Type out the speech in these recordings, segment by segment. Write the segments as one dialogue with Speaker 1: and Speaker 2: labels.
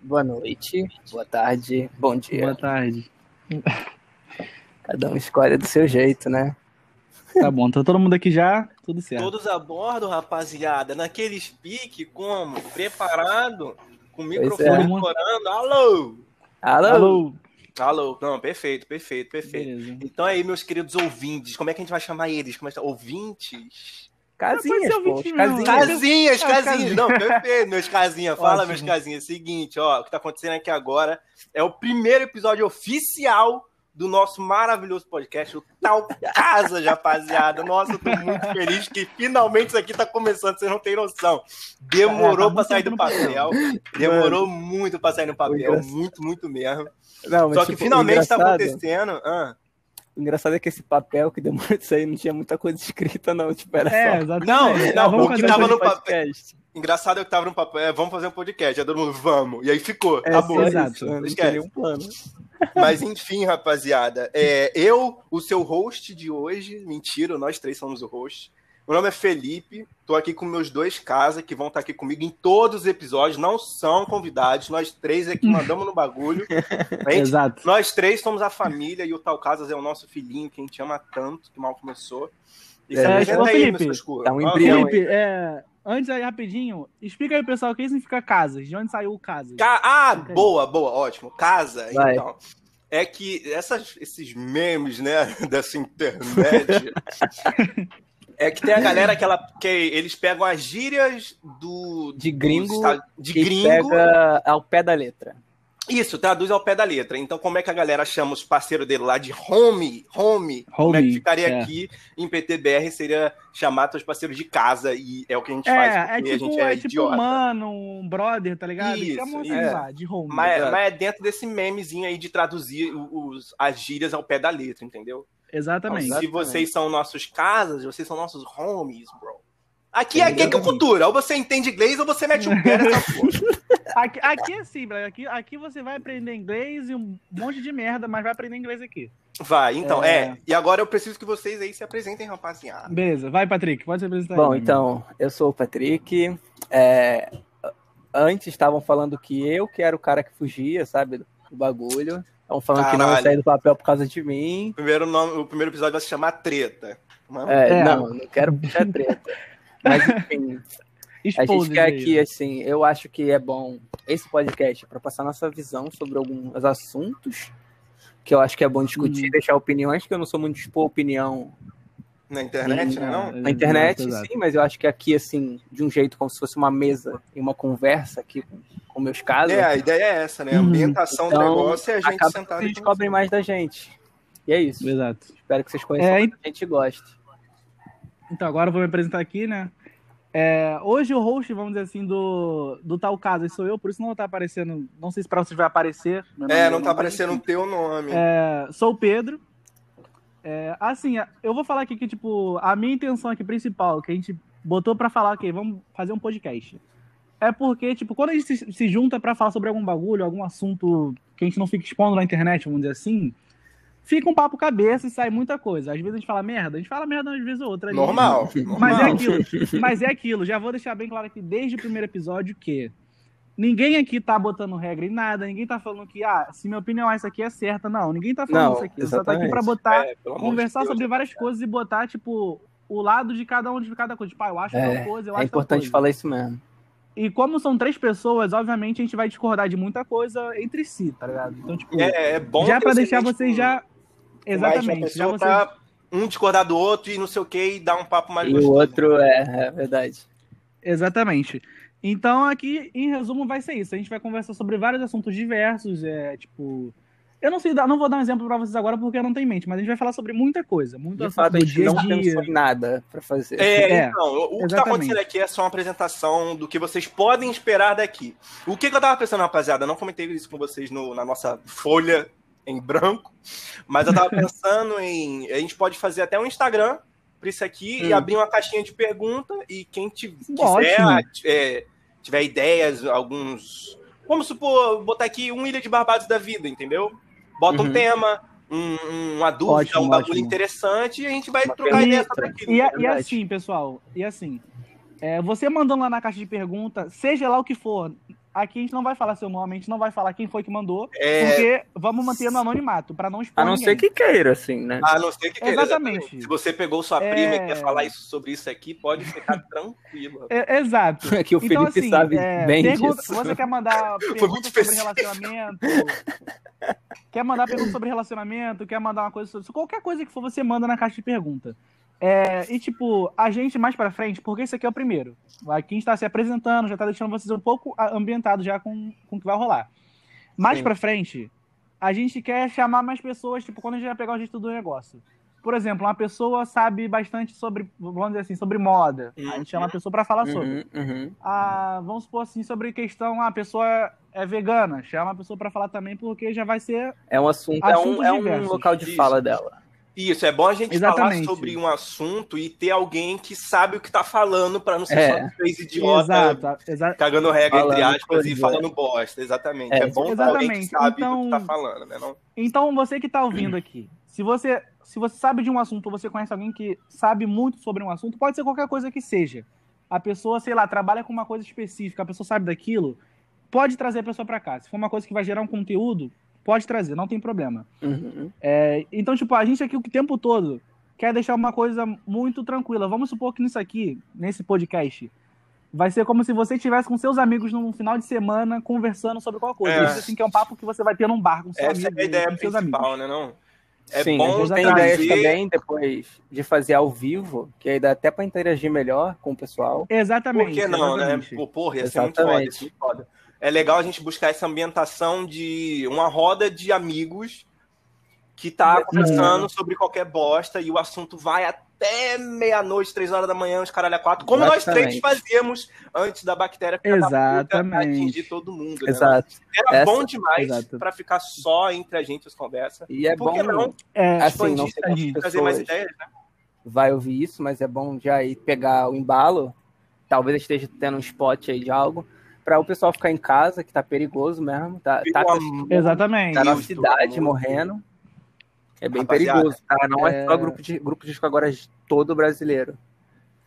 Speaker 1: Boa noite, boa tarde, bom dia.
Speaker 2: É.
Speaker 3: Boa tarde.
Speaker 1: Cada um escolhe do seu jeito, né?
Speaker 3: Tá bom, tá todo mundo aqui já? Tudo certo.
Speaker 2: Todos a bordo, rapaziada, naquele speak, como? Preparado? Com o microfone
Speaker 1: é.
Speaker 2: estourando. Alô!
Speaker 1: Alô?
Speaker 3: Alô,
Speaker 2: Alô! Não, perfeito, perfeito, perfeito.
Speaker 3: beleza.
Speaker 2: Então aí, meus queridos ouvintes, como é que a gente vai chamar eles? Como é que... Ouvintes?
Speaker 3: Pode ser
Speaker 1: Casinhas, pô.
Speaker 3: ouvinte mesmo.
Speaker 1: Casinhas.
Speaker 2: Casinhas,
Speaker 3: Ah,
Speaker 2: casinhas.
Speaker 3: casinha.
Speaker 2: Não, perfeito, meus casinhas. Fala,
Speaker 3: Ótimo.
Speaker 2: meus casinhas. Seguinte, ó, o que tá acontecendo aqui agora é o primeiro episódio oficial do nosso maravilhoso podcast, o Tal Casas, rapaziada. Nossa, eu tô muito feliz que finalmente isso aqui tá começando, vocês não têm noção. Demorou
Speaker 3: Caraca,
Speaker 2: pra sair do
Speaker 3: muito tempo
Speaker 2: papel, demorou muito pra sair no papel,
Speaker 1: engraçado.
Speaker 2: muito, muito mesmo.
Speaker 1: Não, mas,
Speaker 2: Só que
Speaker 1: tipo,
Speaker 2: finalmente tá
Speaker 1: engraçado-
Speaker 2: acontecendo. Ah.
Speaker 1: O engraçado é que esse papel que deu muito sair não tinha muita coisa escrita, não. Tipo, era
Speaker 3: É,
Speaker 1: só.
Speaker 3: exatamente.
Speaker 2: Não,
Speaker 3: Mas
Speaker 2: não,
Speaker 3: vamos
Speaker 2: o que
Speaker 3: fazer
Speaker 2: tava
Speaker 3: um
Speaker 2: no
Speaker 3: podcast.
Speaker 1: podcast.
Speaker 2: Engraçado é que tava no papel, é, vamos fazer um podcast. Aí todo mundo, vamos. E aí ficou,
Speaker 1: É,
Speaker 2: acabou.
Speaker 1: só
Speaker 3: exato.
Speaker 1: isso, né? Não
Speaker 2: Esquece.
Speaker 1: tinha nenhum plano.
Speaker 2: Mas enfim, rapaziada, é, eu, o seu host de hoje, mentira, nós três somos o host. Meu nome é Felipe, tô aqui com meus dois casas que vão estar aqui comigo em todos os episódios, não são convidados, nós três é que mandamos no bagulho. A gente
Speaker 3: Exato.
Speaker 2: nós três somos a família e o Tal Casas é o nosso filhinho que a gente ama tanto, que mal começou. E
Speaker 1: É,
Speaker 2: se apresenta
Speaker 3: ô,
Speaker 2: aí,
Speaker 3: Felipe,
Speaker 2: meus escuros.
Speaker 1: dá um
Speaker 2: Ah,
Speaker 1: embrião
Speaker 2: Felipe.
Speaker 3: Felipe, é, antes aí, rapidinho, explica aí, pessoal, o que significa casas? De onde saiu o casas?
Speaker 2: Ca- Ah,
Speaker 3: Entendi.
Speaker 2: boa, boa, ótimo. Casa,
Speaker 1: Vai.
Speaker 2: então. É que essas- esses memes, né, dessa internet. é que tem a galera que, ela, que eles pegam as gírias do.
Speaker 1: De
Speaker 2: do
Speaker 1: gringo
Speaker 2: esta- de
Speaker 1: que
Speaker 2: gringo.
Speaker 1: pega ao pé da letra.
Speaker 2: Isso, traduz ao pé da letra. Então, como é que a galera chama os parceiros dele lá de home? Home. como é que
Speaker 3: Homie,
Speaker 2: ficaria
Speaker 3: é.
Speaker 2: aqui em PTBR? Seria chamar teus parceiros de casa e é o que a gente faz.
Speaker 3: É, é
Speaker 2: porque a
Speaker 3: tipo,
Speaker 2: gente
Speaker 3: é tipo um mano, um brother, tá ligado?
Speaker 2: Isso,
Speaker 3: Chama assim
Speaker 2: isso.
Speaker 3: lá, de home.
Speaker 2: Mas,
Speaker 1: Exato.
Speaker 2: mas é dentro desse memezinho aí de traduzir o- os, as gírias ao pé da letra, entendeu?
Speaker 3: Exatamente.
Speaker 2: Então, se
Speaker 1: Exatamente.
Speaker 2: vocês são nossos casas, vocês são nossos homies, bro. Aqui,
Speaker 1: É
Speaker 2: aqui é que é
Speaker 1: exatamente.
Speaker 2: cultura. Ou você entende inglês ou você mete o pé nessa porra.
Speaker 3: Aqui, aqui é sim, brother. Aqui, aqui você vai aprender inglês e um monte de merda, mas vai aprender inglês aqui.
Speaker 2: Vai, então, é.
Speaker 3: É.
Speaker 2: E agora eu preciso que vocês aí se apresentem, rapaziada.
Speaker 3: Beleza, vai, Patrick, pode se apresentar
Speaker 1: Bom,
Speaker 3: Tá aí, né? meu
Speaker 1: então, eu sou o Patrick. É, antes estavam falando que eu que era o cara que fugia, sabe, do do bagulho. Estavam falando que não ia
Speaker 2: Caralho.
Speaker 1: sair do papel por causa de mim.
Speaker 2: O primeiro, nome, o primeiro episódio vai se chamar Treta. Mas-
Speaker 1: É,
Speaker 3: É.
Speaker 1: Não, não quero puxar treta. Mas enfim,
Speaker 3: amigo.
Speaker 1: a gente
Speaker 3: Expose
Speaker 1: quer
Speaker 3: aí.
Speaker 1: aqui, assim, eu acho que é bom esse podcast para passar nossa visão sobre alguns assuntos que eu acho que é bom discutir,
Speaker 3: Hum.
Speaker 1: deixar opiniões, que eu não sou muito de expor opinião
Speaker 2: Na internet,
Speaker 3: Sim,
Speaker 2: né? Não?
Speaker 1: Na internet,
Speaker 3: Exato, É, exato.
Speaker 1: sim, mas eu acho que aqui, assim, de um jeito como se fosse uma mesa e uma conversa aqui com, com meus casos,
Speaker 2: É, a ideia é essa, né? A
Speaker 3: Uhum.
Speaker 2: ambientação do
Speaker 1: Então,
Speaker 2: negócio é a gente
Speaker 1: acaba que
Speaker 2: sentado
Speaker 1: vocês
Speaker 2: e
Speaker 1: descobrem mais da gente. E é isso.
Speaker 3: Exato.
Speaker 1: Espero que vocês conheçam
Speaker 3: É,
Speaker 1: mais a gente e gostem.
Speaker 3: Então, agora eu vou me apresentar aqui, né? É, hoje o host, vamos dizer assim, do, do tal caso sou eu, por isso não tá aparecendo. Não sei se pra vocês vai aparecer. meu nome
Speaker 2: É, não
Speaker 3: meu
Speaker 2: tá
Speaker 3: nome,
Speaker 2: aparecendo o teu nome.
Speaker 3: É, sou o Pedro. É, assim, a- eu vou falar aqui que, tipo, a minha intenção aqui principal, que a gente botou pra falar, ok, vamos fazer um podcast. É porque, tipo, quando a gente se, se junta pra falar sobre algum bagulho, algum assunto que a gente não fica expondo na internet, vamos dizer assim, fica um papo cabeça e sai muita coisa. Às vezes a gente fala merda, a gente fala merda às vezes ou outra. ali.
Speaker 2: Normal.
Speaker 3: Mas é
Speaker 2: normal.
Speaker 3: aquilo, mas é aquilo. Já vou deixar bem claro aqui desde o primeiro episódio que ninguém aqui tá botando regra em nada, ninguém tá falando que, ah, se minha opinião é essa aqui é certa. Não, ninguém tá falando
Speaker 1: Não,
Speaker 3: isso aqui. Você só tá aqui
Speaker 1: exatamente.
Speaker 3: pra botar,
Speaker 2: É, pelo amor de
Speaker 3: conversar
Speaker 2: Deus.
Speaker 3: sobre várias coisas e botar, tipo, o lado de cada um de cada coisa. Tipo, ah, eu acho
Speaker 1: É,
Speaker 3: tal coisa, eu
Speaker 1: é
Speaker 3: acho tal
Speaker 1: importante
Speaker 3: coisa.
Speaker 1: falar isso mesmo.
Speaker 3: E como são três pessoas, obviamente a gente vai discordar de muita coisa entre si, tá ligado? Então, tipo,
Speaker 2: É, é bom.
Speaker 3: já
Speaker 2: ter
Speaker 3: pra
Speaker 2: esse
Speaker 3: deixar
Speaker 2: ritmo
Speaker 3: vocês já.
Speaker 2: com mais de uma
Speaker 3: Exatamente. Já
Speaker 2: pessoa
Speaker 3: vocês
Speaker 2: pra um discordar do outro e não sei o que e dar um papo mais
Speaker 1: E o
Speaker 2: gostoso.
Speaker 1: outro é, é verdade.
Speaker 3: Exatamente. Então, aqui, em resumo, vai ser isso. A gente vai conversar sobre vários assuntos diversos. É, tipo. Eu não sei, dar- não vou dar um exemplo pra vocês agora porque eu não tenho em mente, mas a gente vai falar sobre muita coisa. Muito
Speaker 1: De
Speaker 3: assunto
Speaker 1: fato, a
Speaker 3: do
Speaker 1: gente
Speaker 3: dia
Speaker 1: não
Speaker 3: a dia.
Speaker 1: pensou em nada pra fazer.
Speaker 2: É,
Speaker 3: É,
Speaker 2: então, o que tá
Speaker 3: exatamente.
Speaker 2: acontecendo aqui é só uma apresentação do que vocês podem esperar daqui. O que, que eu tava pensando, rapaziada? Eu não comentei isso com vocês no- na nossa folha em branco, mas eu tava pensando em. A gente pode fazer até um Instagram pra isso aqui e
Speaker 1: Hum.
Speaker 2: abrir uma caixinha de pergunta e quem ti- quiser,
Speaker 3: Ótimo.
Speaker 2: é, tiver ideias, alguns. Vamos supor, botar aqui um Ilha de Barbados da Vida, entendeu? Bota um
Speaker 1: Uhum.
Speaker 2: tema. um- uma dúvida,
Speaker 3: Ótimo,
Speaker 2: um bagulho
Speaker 3: ótimo.
Speaker 2: interessante, e a gente vai
Speaker 1: Uma
Speaker 2: trocar ideia sobre
Speaker 1: pergunta.
Speaker 2: aquilo.
Speaker 3: E, a- e
Speaker 1: verdade.
Speaker 3: assim, pessoal, e assim. é, você mandando lá na caixa de pergunta, seja lá o que for, Aqui a gente não vai falar seu nome, a gente não vai falar quem foi que mandou,
Speaker 2: É,
Speaker 3: porque vamos manter no anonimato, pra não expor
Speaker 1: A não ser que
Speaker 3: ninguém.
Speaker 1: queira, assim, né?
Speaker 2: a não ser que queira,
Speaker 3: Exatamente.
Speaker 2: Se você pegou sua
Speaker 3: É.
Speaker 2: prima e quer falar isso sobre isso aqui, pode ficar tranquilo.
Speaker 3: É, exato.
Speaker 1: que o Felipe sabe
Speaker 3: é,
Speaker 1: bem
Speaker 3: pergunta-
Speaker 1: disso.
Speaker 3: Você quer mandar
Speaker 2: muito
Speaker 3: perguntas sobre
Speaker 2: específico.
Speaker 3: relacionamento? quer mandar perguntas sobre relacionamento? Quer mandar uma coisa sobre isso? Qualquer coisa que for, você manda na caixa de pergunta. É, e, tipo, a gente mais pra frente, porque esse aqui é o primeiro. Aqui a gente tá se apresentando, já tá deixando vocês um pouco a- ambientado já com, com o que vai rolar. Mais
Speaker 2: Sim.
Speaker 3: pra frente, a gente quer chamar mais pessoas, tipo, quando a gente vai pegar o jeito do negócio. Por exemplo, uma pessoa sabe bastante sobre, vamos dizer assim, sobre moda. A gente chama a pessoa pra falar sobre.
Speaker 1: Uhum, uhum.
Speaker 3: Ah, vamos supor assim, sobre questão, ah, a pessoa é vegana, chama a pessoa pra falar também, porque já vai ser.
Speaker 1: É um assunto, é um,
Speaker 3: Assuntos
Speaker 1: é um
Speaker 3: diversos.
Speaker 1: local de
Speaker 2: Isso.
Speaker 1: fala dela.
Speaker 2: Isso, é bom a gente
Speaker 3: Exatamente.
Speaker 2: falar sobre um assunto e ter alguém que sabe o que tá falando pra não ser
Speaker 1: É.
Speaker 2: só três idiotas
Speaker 3: Exato, exa-
Speaker 2: cagando regra, entre
Speaker 1: Falando
Speaker 2: aspas, e
Speaker 1: coisa.
Speaker 2: falando bosta. Exatamente.
Speaker 1: É,
Speaker 2: É, bom ter alguém que
Speaker 3: exatamente.
Speaker 2: sabe do que
Speaker 3: Então-
Speaker 2: tá falando, né? Não...
Speaker 3: Então, você que tá ouvindo aqui, se você, se você sabe de um assunto, ou você conhece alguém que sabe muito sobre um assunto, pode ser qualquer coisa que seja. A pessoa, sei lá, trabalha com uma coisa específica, a pessoa sabe daquilo, pode trazer a pessoa pra cá. Se for uma coisa que vai gerar um conteúdo, pode trazer, não tem problema.
Speaker 1: Uhum.
Speaker 3: É, então, tipo, a gente aqui o tempo todo quer deixar uma coisa muito tranquila. Vamos supor que nisso aqui, nesse podcast, vai ser como se você estivesse com seus amigos num final de semana conversando sobre qualquer coisa.
Speaker 2: É.
Speaker 3: Isso assim que é um papo que você vai ter num bar com seu
Speaker 2: Essa
Speaker 3: amigo,
Speaker 2: é a ideia
Speaker 3: com seus amigos.
Speaker 2: principal, né? Não? É
Speaker 1: Sim, a
Speaker 2: bom
Speaker 1: gente tem
Speaker 3: trazer-
Speaker 1: ideias também depois de fazer ao vivo, que aí dá até pra interagir melhor com o pessoal.
Speaker 3: Exatamente.
Speaker 2: Por que não,
Speaker 3: exatamente.
Speaker 2: né? Pô, Porra, ia ser muito
Speaker 1: Exatamente.
Speaker 2: foda, ia ser muito foda. É legal a gente buscar essa ambientação de uma roda de amigos que
Speaker 1: Uhum.
Speaker 2: tá conversando sobre qualquer bosta e o assunto vai até meia-noite, três horas da manhã, os caralho a quatro, como nós três
Speaker 1: Exatamente.
Speaker 2: fazemos antes da bactéria filha da puta
Speaker 3: Exatamente.
Speaker 2: atingir todo mundo. né?
Speaker 1: Exato.
Speaker 2: Era
Speaker 1: Essa-
Speaker 2: bom demais
Speaker 3: Exato.
Speaker 2: pra ficar só entre a gente as conversas.
Speaker 1: E é
Speaker 2: Por que
Speaker 1: bom,
Speaker 2: não?
Speaker 3: É,
Speaker 1: assim, não
Speaker 2: Expandir,
Speaker 1: sei quantas
Speaker 3: expandir,
Speaker 2: Trazer mais
Speaker 1: pessoas
Speaker 2: ideias, né?
Speaker 1: vai ouvir isso, mas é bom já ir pegar o embalo. Talvez esteja tendo um spot aí de algo, pra o pessoal ficar em casa, que tá perigoso mesmo. Tá, tá,
Speaker 2: Pelo amor
Speaker 3: exatamente.
Speaker 1: tá na
Speaker 2: Deus,
Speaker 1: cidade
Speaker 2: pelo amor de
Speaker 1: morrendo. É bem
Speaker 2: né? Rapaziada,
Speaker 1: perigoso, tá? Não é,
Speaker 3: é-
Speaker 1: só grupo de grupo de disco agora é todo brasileiro.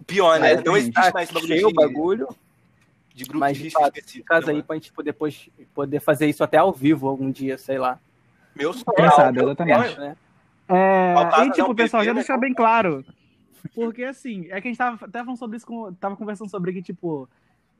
Speaker 2: Pior, né?
Speaker 3: Exatamente.
Speaker 2: Não existe mais
Speaker 1: tá
Speaker 2: esse bagulho
Speaker 1: cheio o
Speaker 2: de,
Speaker 1: bagulho,
Speaker 2: de grupo
Speaker 1: mas
Speaker 2: de
Speaker 1: de
Speaker 2: risco
Speaker 1: fato,
Speaker 2: específico.
Speaker 1: casa
Speaker 2: né,
Speaker 1: aí pra gente poder depois poder fazer isso até ao vivo algum dia, sei lá.
Speaker 2: Meu sonho.
Speaker 3: Quem sabe,
Speaker 2: meu
Speaker 3: exatamente.
Speaker 2: sonho.
Speaker 1: né?
Speaker 3: É,
Speaker 2: Faltava
Speaker 3: e
Speaker 2: dar
Speaker 3: tipo,
Speaker 2: um
Speaker 3: pessoal,
Speaker 2: PT,
Speaker 3: já
Speaker 2: né?
Speaker 3: deixar bem claro. Porque assim, é que a gente tava até falando sobre isso, com, tava conversando sobre que, tipo,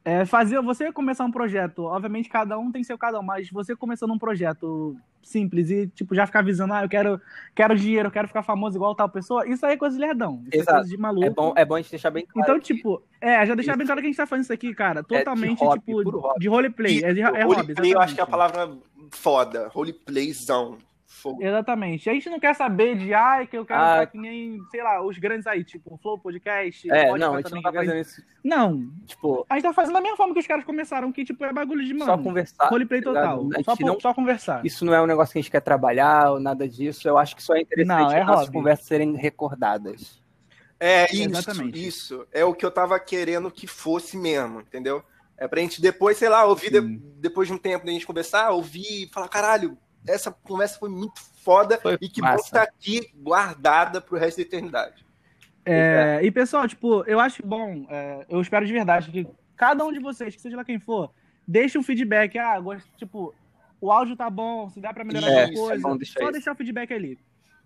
Speaker 3: é, fazer você começar um projeto, obviamente cada um tem seu cada um, mas você começando um projeto simples e, tipo, já ficar avisando, ah, eu quero, quero dinheiro, eu quero ficar famoso igual tal pessoa, isso aí é coisa de lerdão, isso
Speaker 1: Exato.
Speaker 3: é coisa de maluco.
Speaker 1: É bom, é bom a gente deixar bem claro.
Speaker 3: então,
Speaker 1: que
Speaker 3: tipo, é, já deixar
Speaker 1: Isso. É
Speaker 3: bem claro que a gente tá fazendo isso aqui, cara, totalmente,
Speaker 1: hobby,
Speaker 3: tipo,
Speaker 1: puro hobby.
Speaker 3: de roleplay, é, de, é
Speaker 2: Roleplay,
Speaker 3: hobby,
Speaker 2: eu acho que é a
Speaker 3: exatamente.
Speaker 2: palavra foda. Roleplayzão. Fogo.
Speaker 3: Exatamente. A gente não quer saber de, ai, que eu quero
Speaker 1: Ah.
Speaker 3: ficar que nem, sei lá, os grandes aí, tipo, o Flow Podcast.
Speaker 1: É,
Speaker 3: Spotify
Speaker 1: não, a gente
Speaker 3: também,
Speaker 1: não tá
Speaker 3: que vai-
Speaker 1: fazendo isso,
Speaker 3: Não,
Speaker 1: tipo,
Speaker 3: a gente tá fazendo da mesma forma que os caras começaram, que, tipo, é bagulho de,
Speaker 1: só
Speaker 3: mano,
Speaker 1: conversar.
Speaker 3: roleplay
Speaker 1: tá ligado?
Speaker 3: total.
Speaker 1: A
Speaker 3: Só,
Speaker 1: gente
Speaker 3: po-
Speaker 1: não-
Speaker 3: só conversar.
Speaker 1: Isso não é um negócio que a gente quer trabalhar ou nada disso. Eu acho que só é interessante
Speaker 3: Não, é
Speaker 1: as nossas
Speaker 3: hobby.
Speaker 1: conversas serem recordadas.
Speaker 2: É isso,
Speaker 3: Exatamente.
Speaker 2: isso. É o que eu tava querendo que fosse mesmo, entendeu? É pra gente depois, sei lá, ouvir de-
Speaker 3: Sim.
Speaker 2: depois de um tempo da gente conversar, ouvir e falar, caralho, essa conversa foi muito foda
Speaker 1: Foi
Speaker 2: e que
Speaker 1: massa.
Speaker 2: bom que tá aqui guardada pro resto da eternidade.
Speaker 3: É, e, pessoal, tipo, eu acho bom, é, eu espero de verdade que cada um de vocês, que seja lá quem for, deixe um feedback. Ah, gosto, tipo, o áudio tá bom, se dá pra melhorar
Speaker 1: É,
Speaker 3: alguma
Speaker 2: isso é
Speaker 3: coisa.
Speaker 1: bom deixar
Speaker 3: só
Speaker 1: isso.
Speaker 3: deixar o feedback ali.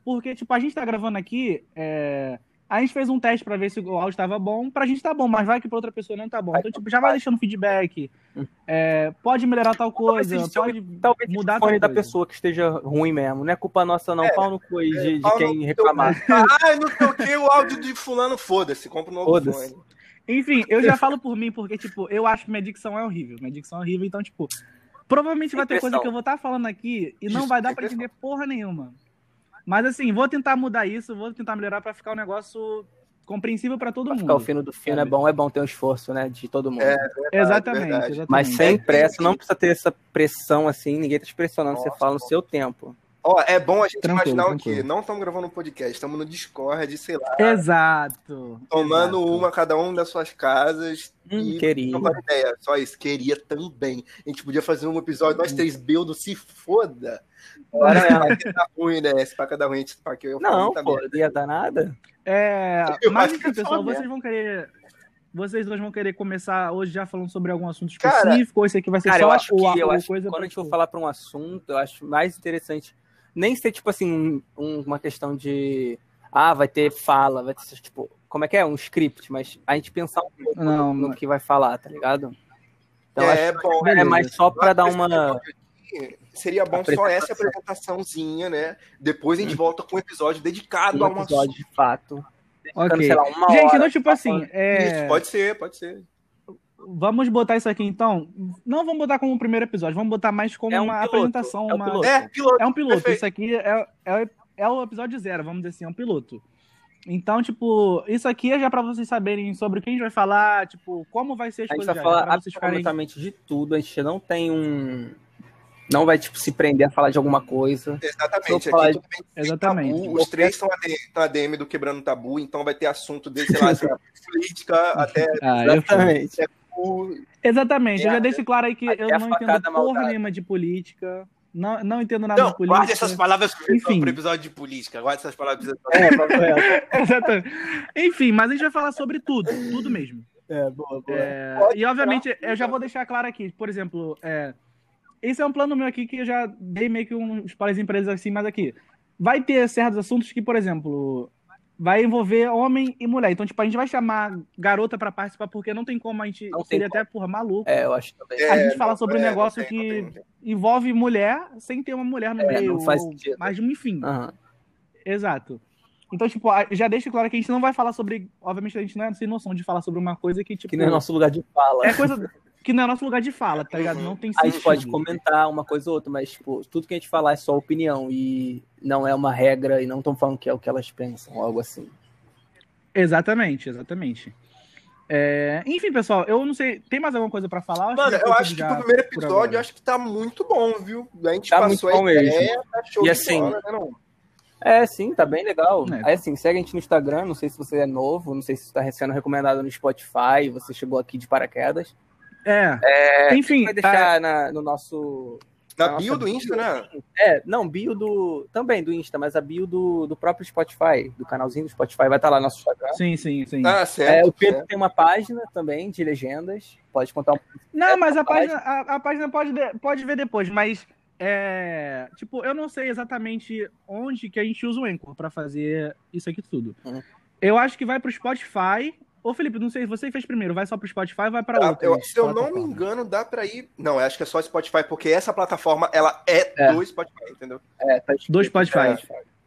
Speaker 3: Porque, tipo, a gente tá gravando aqui, é, a gente fez um teste pra ver se o áudio tava bom. Pra gente tá bom, mas vai que pra outra pessoa não tá bom.
Speaker 1: Vai
Speaker 3: Então,
Speaker 1: que
Speaker 3: tipo, já vai deixando feedback. é, pode melhorar tal coisa,
Speaker 1: Talvez seja-
Speaker 3: é,
Speaker 1: um
Speaker 3: pode
Speaker 1: Talvez
Speaker 3: mudar
Speaker 1: o fone
Speaker 3: tal
Speaker 1: da
Speaker 3: coisa.
Speaker 1: pessoa que esteja ruim mesmo. Não é culpa nossa, não. Pau no cu né? aí de, de
Speaker 2: pau no
Speaker 1: quem
Speaker 2: teu-
Speaker 1: reclamar.
Speaker 2: Ai, não sei o que, o áudio de fulano, foda-se, compra um novo
Speaker 1: Foda-se.
Speaker 2: fone.
Speaker 3: Enfim, eu já falo por mim, porque, tipo, eu acho que minha dicção é horrível. Minha dicção é horrível, então, tipo, provavelmente vai ter
Speaker 1: Impressão.
Speaker 3: coisa que eu vou estar falando aqui e não
Speaker 2: Isso,
Speaker 3: vai dar pra
Speaker 2: impressão.
Speaker 3: entender porra nenhuma. Mas assim, vou tentar mudar isso, vou tentar melhorar pra ficar um negócio compreensível pra todo
Speaker 1: Pra
Speaker 3: mundo.
Speaker 1: ficar o fino do fino é
Speaker 3: Sabe?
Speaker 1: bom, é bom ter um esforço, né? De todo mundo.
Speaker 2: É,
Speaker 3: exatamente,
Speaker 2: verdade.
Speaker 3: exatamente.
Speaker 1: Mas sem
Speaker 2: É,
Speaker 1: pressa,
Speaker 2: sim.
Speaker 1: não precisa ter essa pressão assim, ninguém tá te pressionando,
Speaker 2: Nossa,
Speaker 1: você fala no
Speaker 2: pô.
Speaker 1: seu tempo.
Speaker 2: Ó, é bom a gente
Speaker 3: Tranquilo,
Speaker 2: imaginar o quê?
Speaker 3: tranquilo.
Speaker 2: Não estamos gravando um podcast, estamos no Discord, sei lá,
Speaker 3: Exato.
Speaker 2: tomando
Speaker 3: exato.
Speaker 2: uma cada um das suas casas.
Speaker 1: Hum,
Speaker 2: e
Speaker 1: querido.
Speaker 2: Não vale ideia, só isso. Queria também. A gente podia fazer um episódio, nós três Beldo, se foda. Bora,
Speaker 1: Bora,
Speaker 2: né? Esse tá ruim, né? Esse pra cada ruim, esse pra que eu falo
Speaker 1: Não,
Speaker 2: muita
Speaker 1: pô,
Speaker 2: merda.
Speaker 1: não ia dar nada.
Speaker 3: É,
Speaker 2: Eu
Speaker 3: mas
Speaker 2: acho que
Speaker 3: enfim,
Speaker 2: é só
Speaker 3: pessoal,
Speaker 2: merda.
Speaker 3: vocês vão querer Vocês dois vão querer começar hoje já falando sobre algum assunto
Speaker 2: Cara,
Speaker 3: específico? ou esse aqui vai ser
Speaker 1: Cara,
Speaker 3: só
Speaker 1: eu acho
Speaker 3: o,
Speaker 1: que eu
Speaker 3: o
Speaker 1: acho que
Speaker 3: coisa tá tipo
Speaker 1: quando
Speaker 3: pra
Speaker 1: a gente for
Speaker 3: tu?
Speaker 1: falar para um assunto, eu acho mais interessante nem ser tipo assim um- um- uma questão de ah, vai ter fala, vai ter tipo, como é que é, um script, mas a gente pensar um pouco
Speaker 3: Não,
Speaker 1: no
Speaker 3: mas-
Speaker 1: que vai falar, tá ligado? Então
Speaker 2: É,
Speaker 1: acho
Speaker 2: é bom.
Speaker 1: que é mais só para dar uma
Speaker 2: Seria bom só essa apresentaçãozinha, né? Depois a gente volta com um episódio dedicado
Speaker 1: um
Speaker 2: a uma
Speaker 1: episódio de fato. Ficando,
Speaker 3: Ok.
Speaker 1: sei lá, uma
Speaker 3: Gente,
Speaker 1: hora,
Speaker 3: então, tipo
Speaker 1: tá
Speaker 3: assim,
Speaker 1: falando-
Speaker 3: é,
Speaker 2: Isso, pode ser, pode ser.
Speaker 3: vamos botar isso aqui então. Não vamos botar como o primeiro episódio, vamos botar mais como
Speaker 1: É um
Speaker 3: uma
Speaker 1: piloto,
Speaker 3: apresentação.
Speaker 1: é um
Speaker 3: uma...
Speaker 1: piloto.
Speaker 2: É, piloto.
Speaker 3: É um piloto.
Speaker 2: Perfeito.
Speaker 3: Isso aqui é, é, é o episódio zero, vamos dizer assim, é um piloto. Então, tipo, isso aqui é já pra vocês saberem sobre o que a gente vai falar, tipo, como vai ser as
Speaker 1: A gente
Speaker 3: coisas
Speaker 1: vai
Speaker 3: já,
Speaker 1: falar
Speaker 3: pra vocês ficarem...
Speaker 1: absolutamente de tudo, a gente não tem um não vai tipo se prender a falar de alguma coisa. Vou
Speaker 2: Exatamente. Aqui
Speaker 1: falar-
Speaker 2: tudo bem
Speaker 3: Exatamente.
Speaker 2: tabu, os três estão na DM do Quebrando Tabu, então vai ter assunto desde, sei lá, sei lá, política até
Speaker 3: Ah, eu-
Speaker 1: Exatamente.
Speaker 2: o
Speaker 3: Exatamente, eu
Speaker 2: É,
Speaker 3: já deixo claro aí que
Speaker 1: aqui
Speaker 3: eu
Speaker 1: é a
Speaker 3: não
Speaker 1: facada
Speaker 3: entendo porra
Speaker 1: maldada.
Speaker 3: nenhuma de política, não, não entendo
Speaker 1: Tá
Speaker 3: nada
Speaker 2: Não,
Speaker 3: de política.
Speaker 2: guarde essas palavras pro
Speaker 3: Enfim.
Speaker 2: pro episódio de política. Guarde essas palavras. pro episódio-
Speaker 1: É, papo reto.
Speaker 3: Exatamente. Enfim, mas a gente vai falar sobre tudo, tudo mesmo.
Speaker 1: é, boa, boa.
Speaker 3: É, e obviamente, eu já vou deixar claro aqui, por exemplo, é, esse é um plano meu aqui que eu já dei meio que uns para as empresas assim, mas aqui. Vai ter certos assuntos que, por exemplo, vai envolver homem e mulher. Então, tipo, a gente vai chamar garota para participar, porque não tem como a gente.
Speaker 1: Não tem
Speaker 3: seria até, porra, maluco.
Speaker 1: É, eu acho também.
Speaker 3: a
Speaker 2: É,
Speaker 3: gente falar sobre um
Speaker 2: é, não
Speaker 3: negócio
Speaker 2: tem, não
Speaker 3: que
Speaker 2: tem, não tem.
Speaker 3: envolve mulher sem ter uma mulher no
Speaker 1: É,
Speaker 3: meio.
Speaker 1: não faz
Speaker 3: ou-
Speaker 1: sentido. Ah.
Speaker 3: Mas, enfim.
Speaker 1: Aham.
Speaker 3: Exato. Então, tipo, a- já deixa claro que a gente não vai falar sobre. Obviamente, a gente não é sem noção de falar sobre uma coisa que, tipo.
Speaker 1: Que não é nosso lugar de fala.
Speaker 3: é coisa que não é nosso lugar de fala, tá ligado? Não tem
Speaker 1: Uhum. a
Speaker 3: sentido.
Speaker 1: gente pode comentar uma coisa ou outra, mas tipo, tudo que a gente falar é só opinião e não é uma regra e não estão falando que é o que elas pensam, ou algo assim.
Speaker 3: Exatamente, exatamente. É, Enfim, pessoal, eu não sei. Tem mais alguma coisa pra falar?
Speaker 2: Mano,
Speaker 3: já
Speaker 2: eu acho que
Speaker 3: já
Speaker 2: pro primeiro
Speaker 3: por
Speaker 2: episódio,
Speaker 3: agora.
Speaker 2: eu acho que tá muito bom, viu? A gente
Speaker 1: Tá
Speaker 2: passou
Speaker 1: muito bom
Speaker 2: a ideia, tá show
Speaker 1: E
Speaker 2: de
Speaker 1: assim,
Speaker 2: bola, né, não?
Speaker 1: É, sim, tá bem legal.
Speaker 3: É.
Speaker 1: É, sim, segue a gente no Instagram, não sei se você é novo, não sei se está sendo recomendado no Spotify, você chegou aqui de paraquedas.
Speaker 3: É. Enfim,
Speaker 1: Vai
Speaker 3: é,
Speaker 1: deixar
Speaker 2: tá.
Speaker 1: na- no nosso...
Speaker 2: Na
Speaker 1: nossa
Speaker 2: bio do Insta, né?
Speaker 1: É, não, bio do... Também do Insta, mas a bio do, do próprio Spotify, do canalzinho do Spotify, vai estar lá no nosso Instagram.
Speaker 3: tá. Sim, sim, sim.
Speaker 2: Ah,
Speaker 1: É,
Speaker 2: certo.
Speaker 1: o Pedro
Speaker 2: certo.
Speaker 1: tem uma página também de legendas, pode contar um
Speaker 3: Não, mas a
Speaker 1: essa
Speaker 3: página, a, a página pode, de- pode ver depois, mas é, tipo, eu não sei exatamente onde que a gente usa o Anchor pra fazer isso aqui tudo.
Speaker 1: Uhum.
Speaker 3: Eu acho que vai pro Spotify. Ô, Felipe, não sei, você fez primeiro, vai só pro Spotify ou
Speaker 1: Tá
Speaker 3: vai pra
Speaker 2: Ah,
Speaker 3: outra?
Speaker 2: eu- se eu não me
Speaker 3: plataforma?
Speaker 2: engano, dá pra ir. Não, eu acho que é só Spotify, porque essa plataforma ela é,
Speaker 1: É.
Speaker 2: do Spotify, entendeu?
Speaker 1: É, tá escrito.
Speaker 3: Do Spotify.
Speaker 1: É.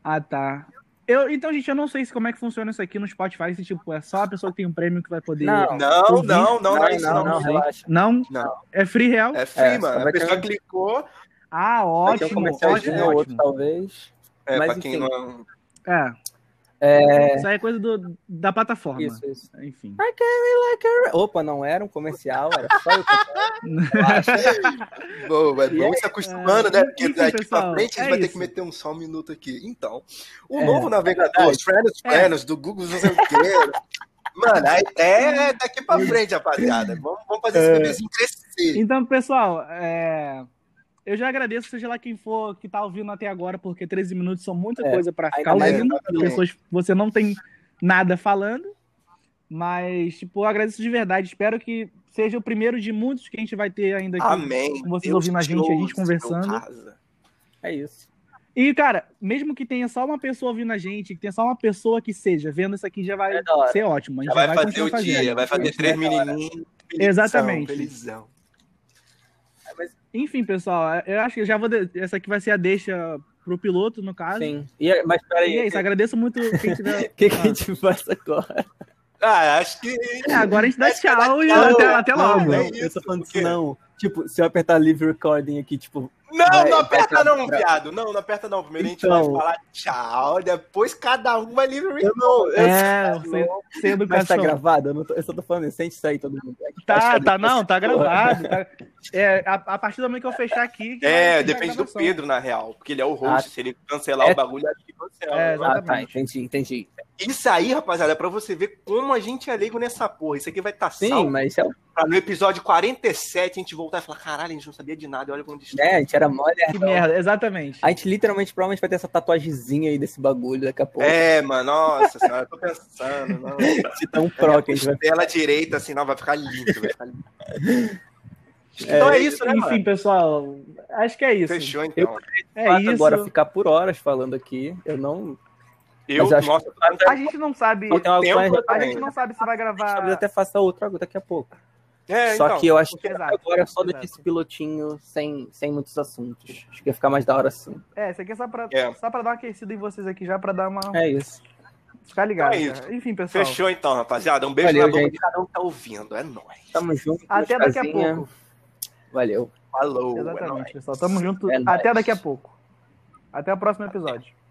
Speaker 3: Ah, tá. Eu, então, gente, eu não sei se, como é que funciona isso aqui no Spotify, se tipo, é só a pessoa que tem um prêmio que vai poder.
Speaker 1: Não.
Speaker 2: Não,
Speaker 3: Ouvi.
Speaker 2: não, não, não, é isso, não.
Speaker 1: não, relaxa.
Speaker 3: Não?
Speaker 2: Não.
Speaker 3: É free real?
Speaker 2: É free,
Speaker 1: É, só
Speaker 2: mano.
Speaker 1: vai
Speaker 2: A pessoa
Speaker 1: ter-
Speaker 2: clicou.
Speaker 1: Vai
Speaker 3: Ah,
Speaker 1: ter um
Speaker 3: ótimo.
Speaker 1: comercialzinho
Speaker 3: Ótimo,
Speaker 1: ou outro,
Speaker 3: ótimo.
Speaker 1: talvez.
Speaker 2: É,
Speaker 1: Mas
Speaker 2: pra quem
Speaker 1: enfim.
Speaker 2: não.
Speaker 3: É.
Speaker 1: É.
Speaker 3: Isso aí é coisa do, da plataforma.
Speaker 1: Isso, isso.
Speaker 3: Enfim.
Speaker 1: Opa, não era um comercial, era só eu.
Speaker 2: Boa, é
Speaker 1: E
Speaker 2: bom ir se acostumando, né? Porque
Speaker 3: enfim,
Speaker 2: daqui pra
Speaker 3: pessoal,
Speaker 2: frente a gente
Speaker 3: é
Speaker 2: vai ter
Speaker 3: isso.
Speaker 2: que meter um só um minuto aqui. Então, o
Speaker 1: É,
Speaker 2: novo navegador,
Speaker 1: verdade.
Speaker 2: Tranos
Speaker 3: É.
Speaker 2: Tranos, do Google não sei o quê. Mano, a ideia é daqui pra frente, rapaziada. Vamos, vamos fazer esse
Speaker 1: É.
Speaker 2: bebezinho crescer.
Speaker 3: Então, pessoal, é, eu já agradeço, seja lá quem for que tá ouvindo até agora, porque 13 minutos são muita
Speaker 1: É,
Speaker 3: coisa pra ficar
Speaker 1: ainda mais
Speaker 3: ouvindo.
Speaker 2: exatamente.
Speaker 3: Pessoas, você não tem nada falando. Mas, tipo, eu agradeço de verdade. Espero que seja o primeiro de muitos que a gente vai ter ainda aqui.
Speaker 2: Amém.
Speaker 3: Com vocês
Speaker 2: Deus
Speaker 3: ouvindo a gente, a
Speaker 2: te
Speaker 3: gente
Speaker 2: ouça,
Speaker 3: conversando.
Speaker 2: meu casa.
Speaker 1: É isso.
Speaker 3: E, cara, mesmo que tenha só uma pessoa ouvindo a gente, que tenha só uma pessoa que seja vendo isso aqui, já vai
Speaker 1: É da hora.
Speaker 3: ser ótimo. A gente
Speaker 2: Já vai, fazer
Speaker 3: continuar
Speaker 2: o
Speaker 3: fazendo.
Speaker 2: dia, vai fazer
Speaker 1: Isso,
Speaker 2: três
Speaker 1: né,
Speaker 2: menininhos. felizão,
Speaker 3: Exatamente.
Speaker 2: felizão.
Speaker 3: Enfim, pessoal, eu acho que eu já vou. de- Essa aqui vai ser a deixa pro piloto, no caso.
Speaker 1: Sim. E, mas
Speaker 3: Ah, E Ah. é
Speaker 1: peraí,
Speaker 3: isso, agradeço muito quem tiver.
Speaker 1: o que, que a gente faz agora?
Speaker 2: Ah, acho que.
Speaker 3: É, agora a gente dá tchau e
Speaker 2: Não,
Speaker 3: até, até logo.
Speaker 2: não, é
Speaker 1: eu tô
Speaker 2: isso,
Speaker 1: falando
Speaker 2: por quê?
Speaker 1: disso, não. Tipo, se eu apertar live recording aqui, tipo,
Speaker 2: Não,
Speaker 1: Vai-
Speaker 2: não
Speaker 1: vai
Speaker 2: aperta
Speaker 1: pra-
Speaker 2: não,
Speaker 1: pra-
Speaker 2: viado. Não, não aperta não. Primeiro a gente
Speaker 1: Então.
Speaker 2: vai falar tchau, depois cada um vai livre.
Speaker 3: É, sem, sem
Speaker 1: mas tá
Speaker 3: educação.
Speaker 1: É gravado? Eu, não tô- eu só tô falando, sente isso aí, todo mundo.
Speaker 3: Tá, tá, não, tá gravado. tá- É, a, a partir do momento que eu fechar aqui. que vai
Speaker 2: É,
Speaker 3: fechar a
Speaker 2: depende do
Speaker 3: gravação.
Speaker 2: Pedro, na real. Porque ele é o host. Se ele cancelar
Speaker 1: Ah, É.
Speaker 2: o bagulho, acho que cancela.
Speaker 3: É,
Speaker 2: Agora,
Speaker 1: Ah, tá,
Speaker 3: Exatamente.
Speaker 1: entendi, entendi.
Speaker 2: Isso aí, rapaziada, é pra você ver como a gente é leigo nessa porra. Isso aqui vai estar tá
Speaker 1: Sim,
Speaker 2: salvo.
Speaker 1: mas é, o-
Speaker 2: Pra no episódio 47 a gente voltar e falar: caralho, a gente não sabia de nada. e Olha onde está.
Speaker 1: né, a gente era mole.
Speaker 3: Que merda, exatamente.
Speaker 1: A gente literalmente provavelmente vai ter essa tatuagemzinha aí desse bagulho daqui a pouco.
Speaker 2: É, mano, nossa senhora, eu tô pensando. Não.
Speaker 1: De tão pró
Speaker 2: É.
Speaker 1: que a gente vai.
Speaker 2: Costela direita, assim, não, vai ficar lindo. Vai ficar lindo. então é isso, né,
Speaker 3: Enfim,
Speaker 2: mano?
Speaker 3: pessoal, acho que é
Speaker 1: assim,
Speaker 3: isso.
Speaker 2: Fechou, então.
Speaker 3: É
Speaker 1: fato
Speaker 3: isso.
Speaker 1: agora ficar por horas falando aqui. Eu não.
Speaker 2: Eu,
Speaker 1: Mas eu acho
Speaker 2: nossa,
Speaker 3: A gente não sabe.
Speaker 1: Só tem algo
Speaker 2: tempo
Speaker 1: mais-
Speaker 2: eu
Speaker 3: A
Speaker 2: também.
Speaker 3: gente não sabe se vai
Speaker 1: Talvez
Speaker 3: gravar.
Speaker 1: até faça outro agora daqui a pouco.
Speaker 2: é,
Speaker 1: Só
Speaker 2: então,
Speaker 1: que eu acho que
Speaker 3: Exato,
Speaker 1: agora é só do
Speaker 3: exato.
Speaker 1: que esse pilotinho sem, sem muitos assuntos. Acho que ia ficar mais da hora assim.
Speaker 3: É, isso aqui é só pra,
Speaker 2: É.
Speaker 3: só pra dar uma aquecida em vocês aqui, já pra dar uma.
Speaker 1: É isso.
Speaker 3: Ficar ligado.
Speaker 2: É
Speaker 3: cara.
Speaker 2: isso.
Speaker 3: Enfim, pessoal.
Speaker 2: Fechou, então, rapaziada. Um beijo
Speaker 1: Valeu,
Speaker 2: na boca
Speaker 1: gente.
Speaker 2: de cada um que tá ouvindo. É nóis.
Speaker 1: Tamo junto.
Speaker 3: Até daqui a
Speaker 1: casinha.
Speaker 3: pouco.
Speaker 1: Valeu.
Speaker 2: Falou. É nóis.
Speaker 3: Exatamente, pessoal. Tamo junto.
Speaker 1: É nóis.
Speaker 3: Até daqui a pouco. Até o próximo episódio.